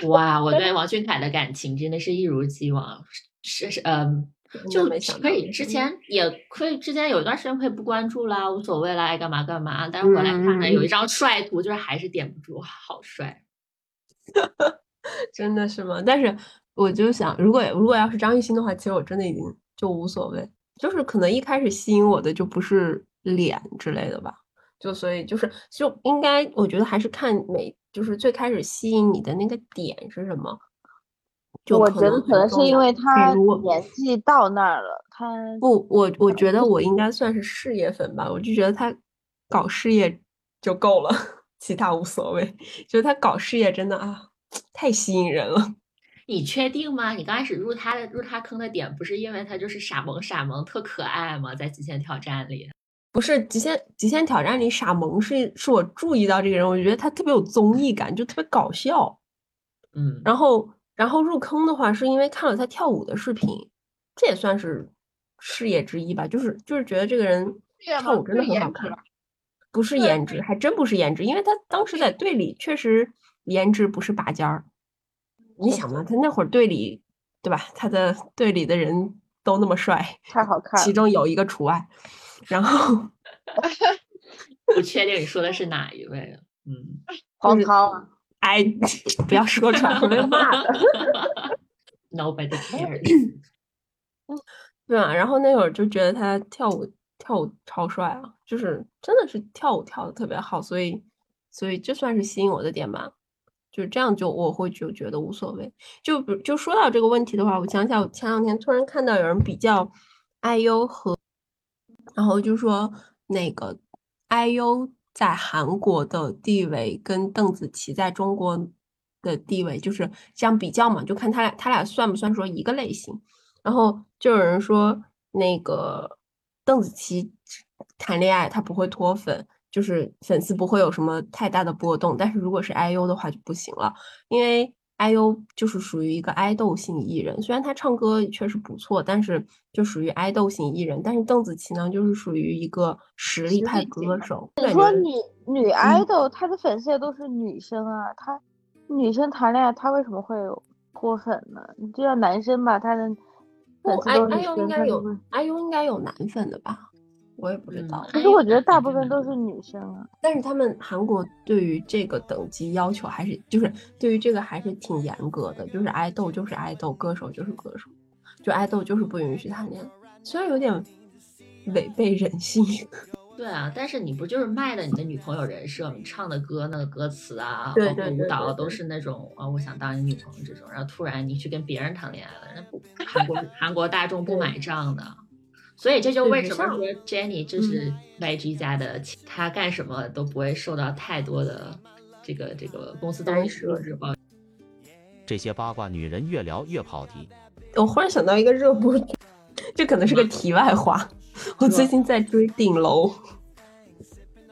[SPEAKER 3] 哇，我对王俊凯的感情真的是一如既往，是是嗯。
[SPEAKER 5] 真的
[SPEAKER 3] 就
[SPEAKER 5] 没
[SPEAKER 3] 是
[SPEAKER 5] 想
[SPEAKER 3] 可
[SPEAKER 5] 到
[SPEAKER 3] 以，
[SPEAKER 5] 嗯
[SPEAKER 3] 之前也可以，之前有一段时间可以不关注啦，无所谓啦，爱干嘛干嘛。但是我来看看，
[SPEAKER 5] 嗯
[SPEAKER 3] 有一张帅图，就是还是点不住，哇好帅。
[SPEAKER 5] 真的是吗？但是我就想，如果如果要是张艺兴的话，其实我真的已经就无所谓，就是可能一开始吸引我的就不是脸之类的吧，就所以就是就应该，我觉得还是看每就是最开始吸引你的那个点是什么，就
[SPEAKER 6] 我觉得
[SPEAKER 5] 很
[SPEAKER 6] 可能是
[SPEAKER 5] 重
[SPEAKER 6] 因
[SPEAKER 5] 要
[SPEAKER 6] 为他
[SPEAKER 5] 如果
[SPEAKER 6] 年纪到那儿了，他
[SPEAKER 5] 不，我我觉得我应该算是事业粉吧，我就觉得他搞事业就够了， 其他无所谓，觉得他搞事业真的啊太吸引人了。
[SPEAKER 3] 你确定吗？你刚开始入他的入他坑的点，不是因为他就是傻萌傻萌特可爱吗？在极限挑战里，
[SPEAKER 5] 不是《极限极限挑战》里傻萌是是我注意到这个人，我觉得他特别有综艺感，就特别搞笑。
[SPEAKER 3] 嗯，
[SPEAKER 5] 然后然后入坑的话，是因为看了他跳舞的视频，这也算是事业之一吧。就是就是觉得这个人
[SPEAKER 2] 对吗
[SPEAKER 5] 跳舞真的
[SPEAKER 2] 对
[SPEAKER 5] 很好
[SPEAKER 2] 颜值
[SPEAKER 5] 看
[SPEAKER 2] 吧，
[SPEAKER 5] 不是
[SPEAKER 2] 对
[SPEAKER 5] 颜值，还真不是颜值，因为他当时在队里确实颜值不是拔尖儿。你想嘛，他那会儿队里对吧？他的队里的人都那么帅，
[SPEAKER 6] 太好看
[SPEAKER 5] 其
[SPEAKER 6] 了。
[SPEAKER 5] 中有一个除外。然后
[SPEAKER 3] 不确定你说的是哪一位了，嗯。
[SPEAKER 6] 黄
[SPEAKER 5] 是
[SPEAKER 6] 涛啊，
[SPEAKER 5] 哎， 不要说出来，我被骂了。
[SPEAKER 3] Nobody cares 。
[SPEAKER 5] 对啊，然后那会儿就觉得他跳舞跳舞超帅啊，就是真的是跳舞跳的特别好，所以所以这算是吸引我的点吧。就这样就我会就觉得无所谓。就比就说到这个问题的话，我想想，我前两天突然看到有人比较 IU 和，然后就说那个 IU 在韩国的地位跟邓紫棋在中国的地位，就是这样比较嘛，就看他俩他俩算不算说一个类型。然后就有人说那个邓紫棋谈恋爱她不会脱粉，就是粉丝不会有什么太大的波动，但是如果是 IU 的话就不行了，因为 IU 就是属于一个爱豆型艺人，虽然她唱歌确实不错，但是就属于爱豆型艺人，但是邓紫棋呢就是属于一个实力
[SPEAKER 2] 实
[SPEAKER 5] 派
[SPEAKER 2] 力型
[SPEAKER 5] 歌
[SPEAKER 2] 的
[SPEAKER 5] 手，
[SPEAKER 6] 你说女女
[SPEAKER 2] 嗯
[SPEAKER 6] idol，她的粉丝也都是女生啊，她女生谈恋爱，她为什么会有脱粉呢？你就像男生吧，他的
[SPEAKER 5] 我
[SPEAKER 6] 粉丝
[SPEAKER 5] 爱
[SPEAKER 6] 都是女
[SPEAKER 5] IU 应
[SPEAKER 6] 生，
[SPEAKER 5] 该
[SPEAKER 6] 他就
[SPEAKER 5] 有
[SPEAKER 6] 会
[SPEAKER 5] IU 应该有男粉的吧，我也不知
[SPEAKER 3] 嗯
[SPEAKER 5] 道。
[SPEAKER 6] 可是我觉得
[SPEAKER 3] IU
[SPEAKER 6] 大
[SPEAKER 3] 肯
[SPEAKER 6] 部
[SPEAKER 3] 定
[SPEAKER 6] 分
[SPEAKER 3] 的
[SPEAKER 6] 都是女生啊。
[SPEAKER 5] 但是他们韩国对于这个等级要求还是就是对于这个还是挺严格的，就是爱豆就是爱豆，歌手就是歌手，就爱豆就是不允许谈恋爱，虽然有点违背人性。
[SPEAKER 3] 对啊，但是你不就是卖的你的女朋友人设吗？你唱的歌、那个歌词啊，
[SPEAKER 5] 对
[SPEAKER 3] 包括
[SPEAKER 5] 对
[SPEAKER 3] 舞
[SPEAKER 5] 对
[SPEAKER 3] 蹈
[SPEAKER 5] 对
[SPEAKER 3] 都
[SPEAKER 5] 对
[SPEAKER 3] 是那种啊、我想当你女朋友这种，然后突然你去跟别人谈恋爱了，那不韩国韩国大众不买账的。所以这就
[SPEAKER 5] 对
[SPEAKER 3] 为
[SPEAKER 5] 不
[SPEAKER 3] 什么
[SPEAKER 5] 像嗯
[SPEAKER 3] 说 Jenny 这是 YG 家的亲，她干什么都不会受到太多的这个这个公司都
[SPEAKER 5] 干
[SPEAKER 3] 是
[SPEAKER 5] 涉
[SPEAKER 3] 制包。
[SPEAKER 1] 这些八卦女人越聊越跑题。
[SPEAKER 5] 我忽然想到一个热播剧，这可能是个题外话。我最近在追《顶楼》，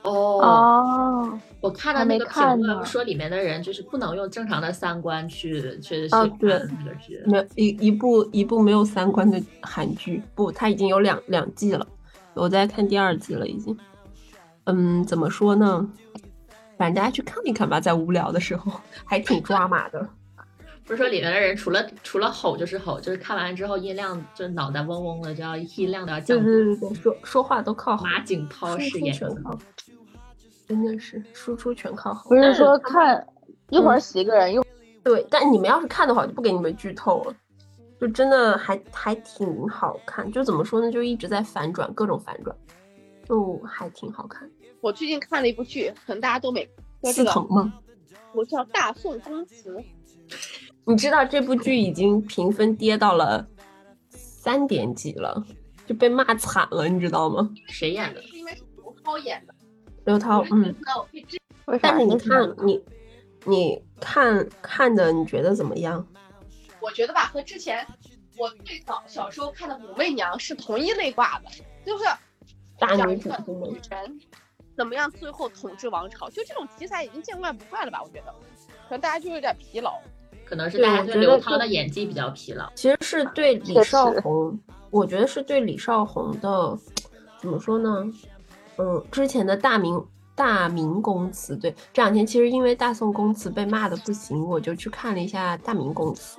[SPEAKER 3] 哦，
[SPEAKER 6] 哦，
[SPEAKER 3] 我看到
[SPEAKER 6] 还
[SPEAKER 3] 那
[SPEAKER 6] 没
[SPEAKER 3] 个评
[SPEAKER 6] 看
[SPEAKER 3] 论
[SPEAKER 6] 呢
[SPEAKER 3] 说里面的人就是不能用正常的三观去去去
[SPEAKER 5] 啊
[SPEAKER 3] 看
[SPEAKER 5] 对
[SPEAKER 3] 那个剧。
[SPEAKER 5] 没有一一部一部没有三观的韩剧，不，它已经有两两季了，我在看第二季了已经。嗯，怎么说呢？反正大家去看一看吧，在无聊的时候还挺抓马的。
[SPEAKER 3] 不是说里面的人除了除了吼就是吼，就是看完之后音量就脑袋嗡嗡的，就要音量都要 降
[SPEAKER 5] 对
[SPEAKER 3] 低。
[SPEAKER 5] 对对对，嗯说说话都靠
[SPEAKER 3] 马景涛
[SPEAKER 5] 输
[SPEAKER 3] 饰
[SPEAKER 5] 出
[SPEAKER 3] 演
[SPEAKER 5] 全靠，真的是输出全靠吼
[SPEAKER 6] 不。
[SPEAKER 3] 但
[SPEAKER 6] 是
[SPEAKER 3] 是
[SPEAKER 6] 说
[SPEAKER 3] 他
[SPEAKER 6] 看一会儿
[SPEAKER 2] 嗯
[SPEAKER 6] 死一个人，一会儿
[SPEAKER 5] 对，但你们要是看的话，我就不给你们剧透了。就真的还还挺好看，就怎么说呢，就一直在反转，各种反转，就还挺好看。
[SPEAKER 2] 我最近看了一个剧，可能大家都没说
[SPEAKER 5] 四
[SPEAKER 2] 这个
[SPEAKER 5] 藤吗？
[SPEAKER 2] 我叫《大宋宫词》，
[SPEAKER 5] 你知道这部剧已经评分跌到了三点几了，就被骂惨了，你知道吗？
[SPEAKER 3] 谁演的？
[SPEAKER 2] 是因为是刘涛演的。
[SPEAKER 5] 刘涛，嗯，
[SPEAKER 2] 那我可以知
[SPEAKER 4] 为啥
[SPEAKER 5] 但是你
[SPEAKER 4] 为什么
[SPEAKER 5] 看你，你看看的，你觉得怎么样？
[SPEAKER 2] 我觉得吧，和之前我最早小时候看的《武媚娘》是同一类挂的，就是
[SPEAKER 5] 大
[SPEAKER 2] 讲
[SPEAKER 5] 女
[SPEAKER 2] 一
[SPEAKER 5] 主
[SPEAKER 2] 个
[SPEAKER 5] 是吗
[SPEAKER 2] 人怎么样最后统治王朝，就这种题材已经见怪不怪了吧？我觉得，可能大家就有点疲劳。
[SPEAKER 3] 可能是
[SPEAKER 5] 对
[SPEAKER 3] 大家
[SPEAKER 5] 我
[SPEAKER 3] 对
[SPEAKER 5] 觉
[SPEAKER 3] 刘
[SPEAKER 5] 得
[SPEAKER 3] 涛的演技比较疲劳。
[SPEAKER 5] 其实是对李
[SPEAKER 4] 确
[SPEAKER 5] 少
[SPEAKER 4] 实
[SPEAKER 5] 红，我觉得是对李少红的，怎么说呢？嗯，之前的大明大明宫词，对，这两天其实因为大宋宫词被骂的不行，我就去看了一下大明宫词，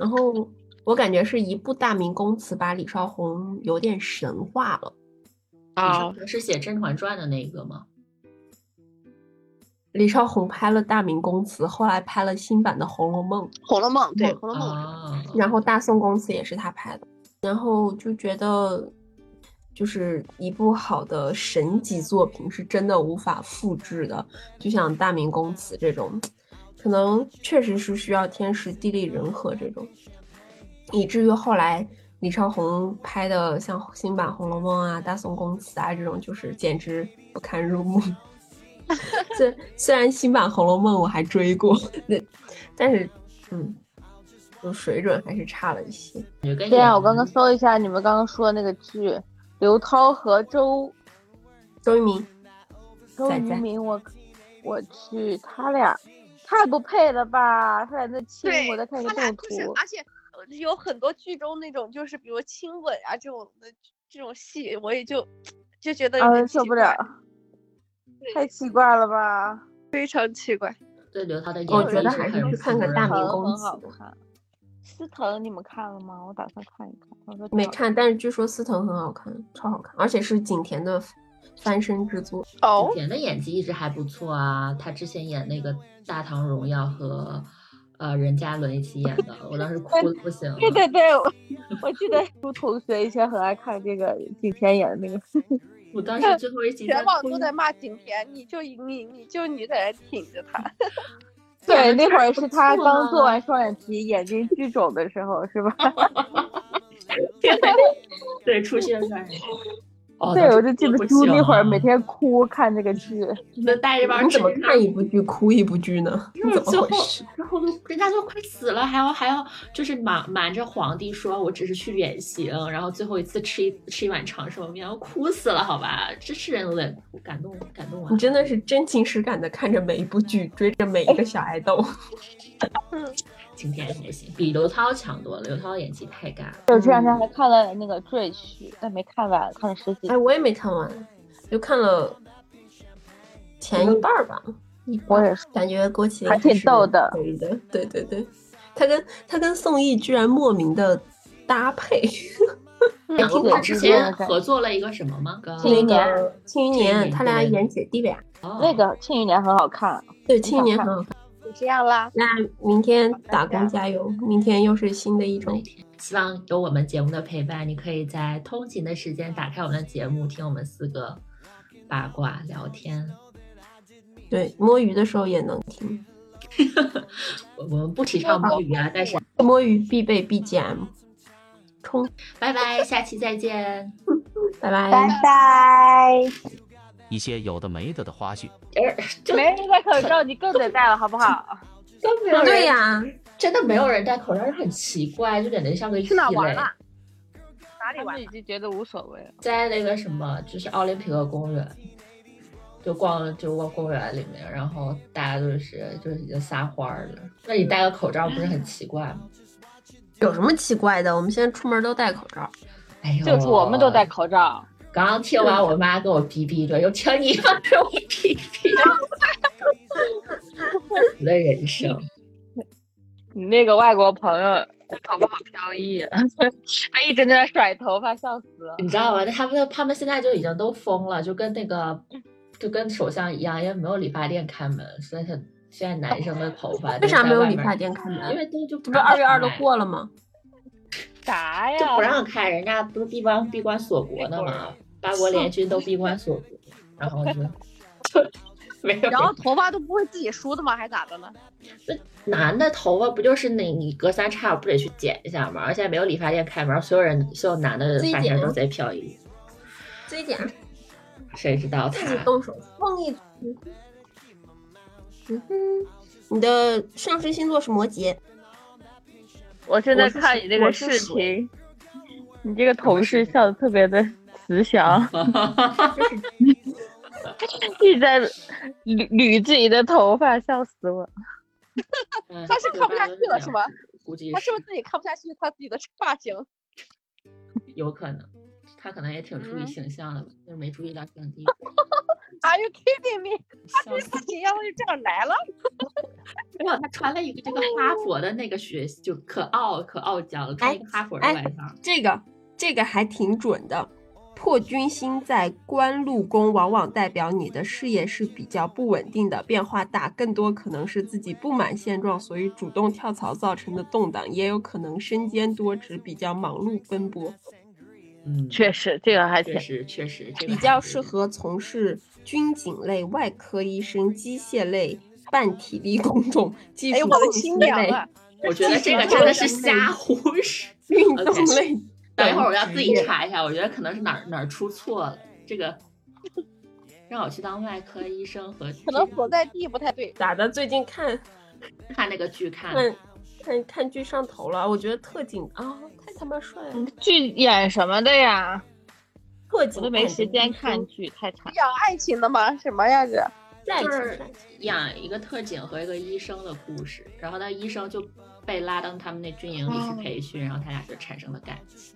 [SPEAKER 5] 然后我感觉是一部大明宫词把李少红有点神化了。
[SPEAKER 2] 哦
[SPEAKER 3] 啊，，是写《甄嬛传》的那个吗？
[SPEAKER 5] 李少红拍了《大明宫词》，后来拍了新版的《红楼梦》，
[SPEAKER 2] 《红楼梦》对，
[SPEAKER 5] 嗯
[SPEAKER 2] 《红楼梦》
[SPEAKER 3] 啊，
[SPEAKER 5] 然后《大宋宫词》也是他拍的，然后就觉得，就是一部好的神级作品是真的无法复制的，就像《大明宫词》这种，可能确实是需要天时地利人和这种，以至于后来李少红拍的像新版《红楼梦》啊、《大宋宫词》啊这种，就是简直不堪入目。 虽虽然新版《红楼梦》我还追过，那但是嗯，就水准还是差了一些。
[SPEAKER 4] 对啊，我刚
[SPEAKER 5] 嗯
[SPEAKER 4] 刚搜一下你们刚刚说的那个剧，刘涛和周
[SPEAKER 5] 周渝民，
[SPEAKER 4] 周
[SPEAKER 5] 仔
[SPEAKER 4] 渝
[SPEAKER 5] 仔
[SPEAKER 4] 民，我我去，他俩太不配了吧？他俩那亲，
[SPEAKER 2] 对，
[SPEAKER 4] 我在看一个
[SPEAKER 2] 他俩
[SPEAKER 4] 动
[SPEAKER 2] 就
[SPEAKER 4] 图，
[SPEAKER 2] 是，而且呃有很多剧中那种就是比如亲吻啊这种的这种戏，我也就就觉得有
[SPEAKER 4] 啊，
[SPEAKER 2] 点
[SPEAKER 4] 受
[SPEAKER 2] 奇
[SPEAKER 4] 不
[SPEAKER 2] 怪
[SPEAKER 4] 了，太奇怪了吧？
[SPEAKER 2] 非常奇怪。
[SPEAKER 3] 对刘涛的演技
[SPEAKER 5] 我觉得
[SPEAKER 3] 是
[SPEAKER 5] 还是
[SPEAKER 3] 很
[SPEAKER 5] 去看
[SPEAKER 3] 服
[SPEAKER 5] 看
[SPEAKER 3] 人
[SPEAKER 5] 大
[SPEAKER 3] 的
[SPEAKER 5] 明
[SPEAKER 4] 疼
[SPEAKER 5] 宫
[SPEAKER 4] 很
[SPEAKER 5] 词
[SPEAKER 4] 好看。司藤，你们看了吗？我打算看一看。我说
[SPEAKER 5] 没
[SPEAKER 4] 挺好
[SPEAKER 5] 看，但是据说司藤很好看，超好看，而且是景甜的翻身之作。
[SPEAKER 2] 哦
[SPEAKER 3] 景，甜的演技一直还不错啊，她之前演那个《大唐荣耀》和呃任嘉伦一起演的，我当时哭的不行了。
[SPEAKER 4] 对对对，我我记得 朱同学以前很爱看这个景甜演的那个，
[SPEAKER 3] 我当时最后一集
[SPEAKER 2] 全网都在
[SPEAKER 3] 哭
[SPEAKER 2] 骂景甜，你就你你就你在那挺着他，
[SPEAKER 4] 对，那会儿是他
[SPEAKER 3] 错
[SPEAKER 4] 刚做
[SPEAKER 3] 啊
[SPEAKER 4] 完双眼皮，眼睛巨肿的时候，是吧？
[SPEAKER 3] 对对出现在。哦，
[SPEAKER 4] 对，
[SPEAKER 3] 当时
[SPEAKER 4] 我就记
[SPEAKER 3] 哭
[SPEAKER 4] 得
[SPEAKER 3] 不
[SPEAKER 4] 猪那
[SPEAKER 3] 行
[SPEAKER 4] 会儿每
[SPEAKER 3] 了
[SPEAKER 4] 天哭看这个剧，
[SPEAKER 3] 那带着帮
[SPEAKER 5] 你怎么看一部剧哭一部剧呢？你怎
[SPEAKER 3] 最
[SPEAKER 5] 么
[SPEAKER 3] 后
[SPEAKER 5] 回事？，
[SPEAKER 3] 然后都人家都快死了，还要还要就是瞒瞒着皇帝说，我只是去远行，然后最后一次吃一吃一碗长寿面，我哭死了，好吧，这是人都得哭，感动感动啊
[SPEAKER 5] 你！真的是真情实感的看着每一部剧，追着每一个小爱豆。
[SPEAKER 3] 今天还行，比刘涛强多了，刘涛演技太尬了。
[SPEAKER 4] 就这两天还看了那个《赘婿》，但没看完，看了十 几
[SPEAKER 5] 哎，。我也没看完，就看了前一半儿吧。一半
[SPEAKER 4] 我
[SPEAKER 5] 儿
[SPEAKER 4] 也是，
[SPEAKER 5] 感觉郭麒
[SPEAKER 4] 还
[SPEAKER 5] 麟是
[SPEAKER 4] 挺逗的
[SPEAKER 5] 可以的，对对对，他跟他跟宋轶居然莫名的搭配，
[SPEAKER 4] 嗯
[SPEAKER 3] 然后
[SPEAKER 4] 对
[SPEAKER 3] 他之
[SPEAKER 4] 是这
[SPEAKER 3] 前
[SPEAKER 4] 样的
[SPEAKER 3] 合作了一个什么吗？跟
[SPEAKER 4] 庆余年
[SPEAKER 5] 那个庆余
[SPEAKER 3] 庆余
[SPEAKER 5] 年，
[SPEAKER 3] 年
[SPEAKER 5] 他俩
[SPEAKER 3] 对
[SPEAKER 5] 演姐弟俩，
[SPEAKER 3] 哦
[SPEAKER 4] 那个《庆余年》很好看，啊
[SPEAKER 5] 对，庆余年
[SPEAKER 4] 想
[SPEAKER 5] 很好看。
[SPEAKER 2] 就这样啦。
[SPEAKER 5] 那明天打工加油，嗯明天又是新的一周。
[SPEAKER 3] 希望有我们节目的陪伴，你可以在通勤的时间打开我们的节目，听我们四个八卦聊天。
[SPEAKER 5] 对，摸鱼的时候也能听，
[SPEAKER 3] 我我们不提倡摸鱼啊，但是
[SPEAKER 5] 摸鱼必备 BGM，冲，
[SPEAKER 3] 拜拜，下期再见。
[SPEAKER 5] 拜拜。
[SPEAKER 4] 拜拜。
[SPEAKER 1] 一些有的没的的花絮。
[SPEAKER 3] 就
[SPEAKER 4] 没人戴口罩，你 更得戴了，好不好？
[SPEAKER 3] 都没有人，
[SPEAKER 5] 哦对呀、
[SPEAKER 3] 真的没有人戴口罩，很奇怪，就感觉像个
[SPEAKER 2] 去哪
[SPEAKER 3] 异类
[SPEAKER 2] 玩了？哪里
[SPEAKER 4] 他
[SPEAKER 2] 玩
[SPEAKER 4] 们？已经觉得无所谓了。
[SPEAKER 3] 在那个什么，就是奥林匹克公园，就逛了就逛公园里面，然后大家就是就是已经撒欢儿了。那你戴个口罩不是很奇怪 吗？
[SPEAKER 5] 有什么奇怪的？我们现在出门都戴口罩，
[SPEAKER 3] 哎呦，
[SPEAKER 4] 就是我们都戴。口罩，
[SPEAKER 3] 刚刚听完我妈跟我逼逼一顿，又听你妈跟我逼逼，我的人生。
[SPEAKER 4] 你那个外国朋友搞不好飘逸， 他一直在那甩头发，笑死 了。
[SPEAKER 3] 你知道吗？那他们他们现在就已经都疯了，就跟那个
[SPEAKER 5] 嗯
[SPEAKER 3] 就跟首相一样，因为没有理发店开门，所以很现在男生的头发
[SPEAKER 5] 为啥没有理发
[SPEAKER 3] 店？
[SPEAKER 5] 店开
[SPEAKER 3] 因
[SPEAKER 5] 门？
[SPEAKER 3] 为都就不
[SPEAKER 5] 不是二月二
[SPEAKER 3] 都
[SPEAKER 5] 都过了吗？
[SPEAKER 4] 啥呀
[SPEAKER 3] 就？不让开，人家不是闭关 闭关锁国呢嘛，八国联军都闭关锁国，然后就没有
[SPEAKER 2] 然后头发都不会自己梳的吗？还咋的了？
[SPEAKER 3] 男的头发不就是那你隔三差五不得去剪一下吗？而且没有理发店开门，所有人所有男的
[SPEAKER 5] 自己
[SPEAKER 3] 发型
[SPEAKER 5] 剪
[SPEAKER 3] 都贼飘逸，
[SPEAKER 5] 自己剪，
[SPEAKER 3] 谁知道
[SPEAKER 5] 自己
[SPEAKER 3] 他
[SPEAKER 5] 啊 动手，创意。嗯哼，你的上升星座是摩羯，
[SPEAKER 4] 我正在
[SPEAKER 5] 我是
[SPEAKER 4] 看
[SPEAKER 5] 水
[SPEAKER 4] 你这个
[SPEAKER 5] 我是
[SPEAKER 4] 视
[SPEAKER 5] 水
[SPEAKER 4] 频，你这个头饰笑的特别的慈祥， 一直在捋捋自己的头发，笑死我。
[SPEAKER 3] 嗯
[SPEAKER 2] 他是看不下去了是吧？
[SPEAKER 3] 估计
[SPEAKER 2] 他是不是自己看不下去他自己的发型？
[SPEAKER 3] 有可能，他可能也挺注意
[SPEAKER 2] 嗯
[SPEAKER 3] 形象的吧，就是没注意到降低。
[SPEAKER 2] Are you kidding me？
[SPEAKER 3] 笑死
[SPEAKER 2] 发型要是这样来了，
[SPEAKER 3] 没有，他穿了一个这个哈佛的那个学，就可傲可傲娇了，穿一个哈佛的
[SPEAKER 5] 哎
[SPEAKER 3] 外套。
[SPEAKER 5] 这个这个还挺准的。破军星在官禄宫，往往代表你的事业是比较不稳定的，变化大，更多可能是自己不满现状，所以主动跳槽造成的动荡，也有可能身兼多职，比较忙碌奔波，
[SPEAKER 3] 嗯，
[SPEAKER 4] 确实，这个还挺
[SPEAKER 3] 确实确实，这个
[SPEAKER 5] 比
[SPEAKER 3] 还
[SPEAKER 5] 较
[SPEAKER 3] 是
[SPEAKER 5] 适合从事军警类、外科医生、机械类、半体力工种、技
[SPEAKER 2] 哎呦
[SPEAKER 5] 术
[SPEAKER 2] 我的
[SPEAKER 5] 信息
[SPEAKER 2] 新
[SPEAKER 5] 类、
[SPEAKER 2] 娘啊！
[SPEAKER 3] 我觉得这个真的是瞎胡说。
[SPEAKER 5] 运动
[SPEAKER 3] OK
[SPEAKER 5] 类
[SPEAKER 3] 等
[SPEAKER 5] 等
[SPEAKER 3] 一会儿我要自己
[SPEAKER 5] 职业
[SPEAKER 3] 查一下，我觉得可能是哪儿哪儿出错了。这 个让我去当外科医生和
[SPEAKER 2] 可能所在地不太对。
[SPEAKER 5] 咋的？最近看
[SPEAKER 3] 看那个剧看了，
[SPEAKER 5] 看看看剧上头了，我觉得特警啊、太他妈帅了！
[SPEAKER 4] 剧演什么的呀？
[SPEAKER 5] 特警
[SPEAKER 4] 嗯我都没
[SPEAKER 5] 感
[SPEAKER 4] 时
[SPEAKER 5] 觉
[SPEAKER 4] 间
[SPEAKER 5] 一
[SPEAKER 4] 看
[SPEAKER 5] 听
[SPEAKER 4] 剧，太惨。
[SPEAKER 2] 讲爱情的吗？什么呀这？
[SPEAKER 5] 在
[SPEAKER 3] 就
[SPEAKER 5] 就是是
[SPEAKER 3] 演一个特警和一个医生的故事，然后那医生就被拉到他们那军营里去培训，然后他俩就产生了感情。